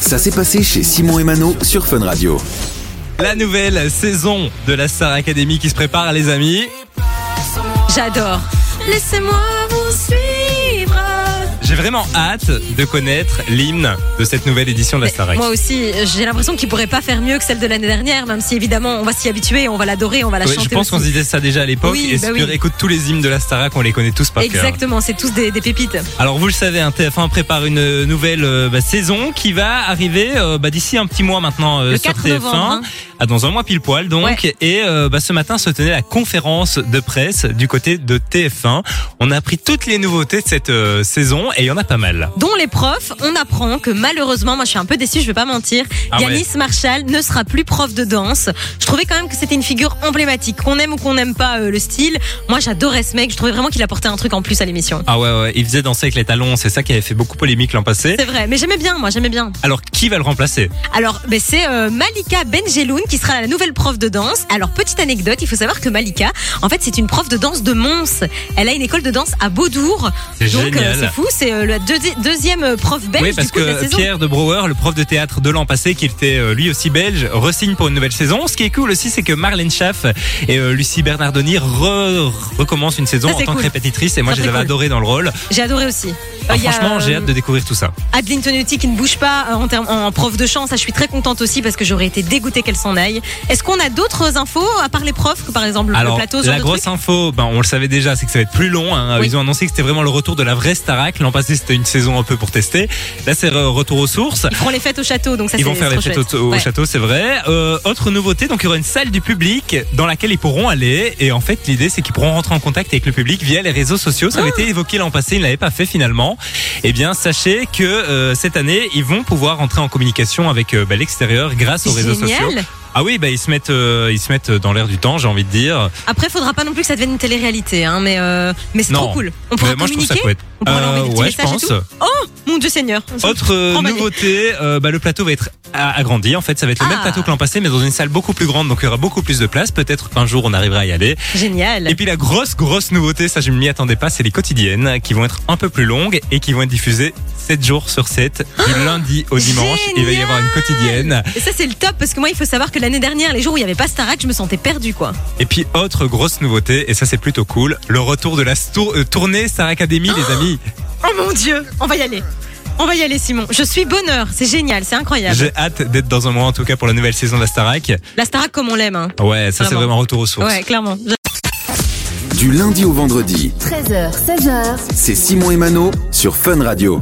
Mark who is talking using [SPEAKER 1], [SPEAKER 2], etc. [SPEAKER 1] Ça s'est passé chez Simon et Mano sur Fun Radio.
[SPEAKER 2] La nouvelle saison de la Star Academy qui se prépare, les amis.
[SPEAKER 3] J'adore. Laissez-moi vous suivre.
[SPEAKER 2] J'ai vraiment hâte de connaître l'hymne de cette nouvelle édition de la Star
[SPEAKER 3] Moi aussi, j'ai l'impression qu'il pourrait pas faire mieux que celle de l'année dernière, même si évidemment on va s'y habituer, on va l'adorer, on va la
[SPEAKER 2] Ouais,
[SPEAKER 3] chanter.
[SPEAKER 2] je pense qu'on se
[SPEAKER 3] aussi.
[SPEAKER 2] disait ça déjà à l'époque.
[SPEAKER 3] Oui,
[SPEAKER 2] et
[SPEAKER 3] bah
[SPEAKER 2] si tu
[SPEAKER 3] oui.
[SPEAKER 2] réécoutes tous les hymnes de la Starac, on les connaît tous par cœur.
[SPEAKER 3] Exactement, c'est tous des, des pépites.
[SPEAKER 2] Alors vous le savez, hein, TF1 prépare une nouvelle euh, bah, saison qui va arriver euh, bah, d'ici un petit mois maintenant euh,
[SPEAKER 3] Le
[SPEAKER 2] sur
[SPEAKER 3] 4
[SPEAKER 2] TF1,
[SPEAKER 3] novembre, hein.
[SPEAKER 2] Ah, dans un mois pile poil donc. Et euh, bah, ce matin se tenait la conférence de presse du côté de TF1. On a appris toutes les nouveautés de cette euh, saison et il y en a pas mal.
[SPEAKER 3] Dont les profs, on apprend que malheureusement, moi je suis un peu déçue, je vais pas mentir,
[SPEAKER 2] Ah ouais.
[SPEAKER 3] Yanis Marshall ne sera plus prof de danse. Je trouvais quand même que c'était une figure emblématique, qu'on aime ou qu'on n'aime pas euh, le style. Moi j'adorais ce mec, je trouvais vraiment qu'il apportait un truc en plus à l'émission.
[SPEAKER 2] Ah ouais, ouais, il faisait danser avec les talons, c'est ça qui avait fait beaucoup polémique l'an passé.
[SPEAKER 3] C'est vrai, mais j'aimais bien, moi j'aimais bien.
[SPEAKER 2] Alors qui va le remplacer
[SPEAKER 3] Alors, ben, c'est euh, Malika Benjeloun qui sera la nouvelle prof de danse. Alors, petite anecdote, il faut savoir que Malika, en fait, c'est une prof de danse de Mons. Elle a une école de danse à Beaudour.
[SPEAKER 2] C'est
[SPEAKER 3] Donc, euh,
[SPEAKER 2] génial.
[SPEAKER 3] c'est fou, c'est euh, la deuxi- deuxième euh, prof belge
[SPEAKER 2] Oui, parce
[SPEAKER 3] du coup, de la
[SPEAKER 2] que
[SPEAKER 3] saison.
[SPEAKER 2] Pierre de Brouwer, le prof de théâtre de l'an passé, qui était euh, lui aussi belge, resigne pour une nouvelle saison. Ce qui est cool aussi, c'est que Marlène Schaff et euh, Lucie Bernardoni re- recommencent une saison
[SPEAKER 3] Ça,
[SPEAKER 2] en
[SPEAKER 3] c'est
[SPEAKER 2] tant que
[SPEAKER 3] cool.
[SPEAKER 2] répétitrice. Et moi,
[SPEAKER 3] Ça,
[SPEAKER 2] je les
[SPEAKER 3] c'est
[SPEAKER 2] avais
[SPEAKER 3] cool.
[SPEAKER 2] adorées dans le rôle.
[SPEAKER 3] J'ai adoré aussi.
[SPEAKER 2] Ah,
[SPEAKER 3] Euh, il y a,
[SPEAKER 2] franchement, j'ai
[SPEAKER 3] euh,
[SPEAKER 2] hâte de découvrir tout ça.
[SPEAKER 3] Adeline Tonuti qui ne bouge pas euh, en, termes- en prof de chant, ça je suis très contente aussi parce que j'aurais été dégoûtée qu'elle s'en aille. Est-ce qu'on a d'autres infos à part les profs, que par exemple le
[SPEAKER 2] Alors,
[SPEAKER 3] plateau, ce genre
[SPEAKER 2] la
[SPEAKER 3] de
[SPEAKER 2] grosse
[SPEAKER 3] truc
[SPEAKER 2] info, ben, on le savait déjà, c'est que ça va être plus long. hein.
[SPEAKER 3] Oui.
[SPEAKER 2] Ils ont annoncé que c'était vraiment le retour de la vraie Starac. L'an passé, c'était une saison un peu pour tester. Là, c'est euh, retour aux sources.
[SPEAKER 3] Ils feront les fêtes au château, donc ça
[SPEAKER 2] Ils
[SPEAKER 3] c'est
[SPEAKER 2] vont faire
[SPEAKER 3] trop
[SPEAKER 2] les fêtes
[SPEAKER 3] chouette.
[SPEAKER 2] au, au
[SPEAKER 3] Ouais.
[SPEAKER 2] château, c'est vrai. Euh, autre nouveauté, donc il y aura une salle du public dans laquelle ils pourront aller. Et en fait, l'idée, c'est qu'ils pourront rentrer en contact avec le public via les réseaux sociaux. Ça avait
[SPEAKER 3] Ah.
[SPEAKER 2] été évoqué l'an passé, ils ne l'avaient pas fait finalement. Eh bien, sachez que euh, cette année, ils vont pouvoir entrer en communication avec euh, bah, l'extérieur grâce aux réseaux
[SPEAKER 3] Génial.
[SPEAKER 2] sociaux. Ah oui, bah, ils se mettent, euh, ils se mettent dans l'air du temps, j'ai envie de dire.
[SPEAKER 3] Après, faudra pas non plus que ça devienne une télé-réalité, hein, mais, euh, mais c'est
[SPEAKER 2] Non.
[SPEAKER 3] trop cool. On pourra
[SPEAKER 2] Mais moi, je trouve
[SPEAKER 3] communiquer.
[SPEAKER 2] ça chouette. Euh,
[SPEAKER 3] On pourra leur envoyer des petits
[SPEAKER 2] ouais, je
[SPEAKER 3] messages et
[SPEAKER 2] pense.
[SPEAKER 3] tout. Mon Dieu Seigneur.
[SPEAKER 2] Autre euh,
[SPEAKER 3] Emballé.
[SPEAKER 2] nouveauté, euh, bah, le plateau va être a- agrandi. En fait, ça va être le même
[SPEAKER 3] Ah.
[SPEAKER 2] plateau que l'an passé, mais dans une salle beaucoup plus grande. Donc, il y aura beaucoup plus de place. Peut-être qu'un jour, on arrivera à y aller.
[SPEAKER 3] Génial.
[SPEAKER 2] Et puis, la grosse, grosse nouveauté, ça, je ne m'y attendais pas, c'est les quotidiennes qui vont être un peu plus longues et qui vont être diffusées 7 jours sur 7,
[SPEAKER 3] Oh,
[SPEAKER 2] du lundi au dimanche. Il va y avoir une quotidienne.
[SPEAKER 3] Et ça c'est le top parce que moi il faut savoir que l'année dernière les jours où il y avait pas Starac je me sentais perdue quoi.
[SPEAKER 2] Et puis, autre grosse nouveauté, et ça, c'est plutôt cool, le retour de la stour- euh, tournée Star Academy, les amis.
[SPEAKER 3] Oh mon Dieu, on va y aller. On va y aller Simon. Je suis bonheur, c'est génial, c'est incroyable.
[SPEAKER 2] J'ai hâte d'être dans un moment, en tout cas, pour la nouvelle saison de la Starac.
[SPEAKER 3] La Starac comme on l'aime. Hein.
[SPEAKER 2] Ouais, ça, c'est
[SPEAKER 3] Vraiment.
[SPEAKER 2] vraiment retour aux sources.
[SPEAKER 3] Ouais, clairement.
[SPEAKER 1] Du lundi au vendredi,
[SPEAKER 4] 13h, 16h.
[SPEAKER 1] c'est Simon et Mano sur Fun Radio.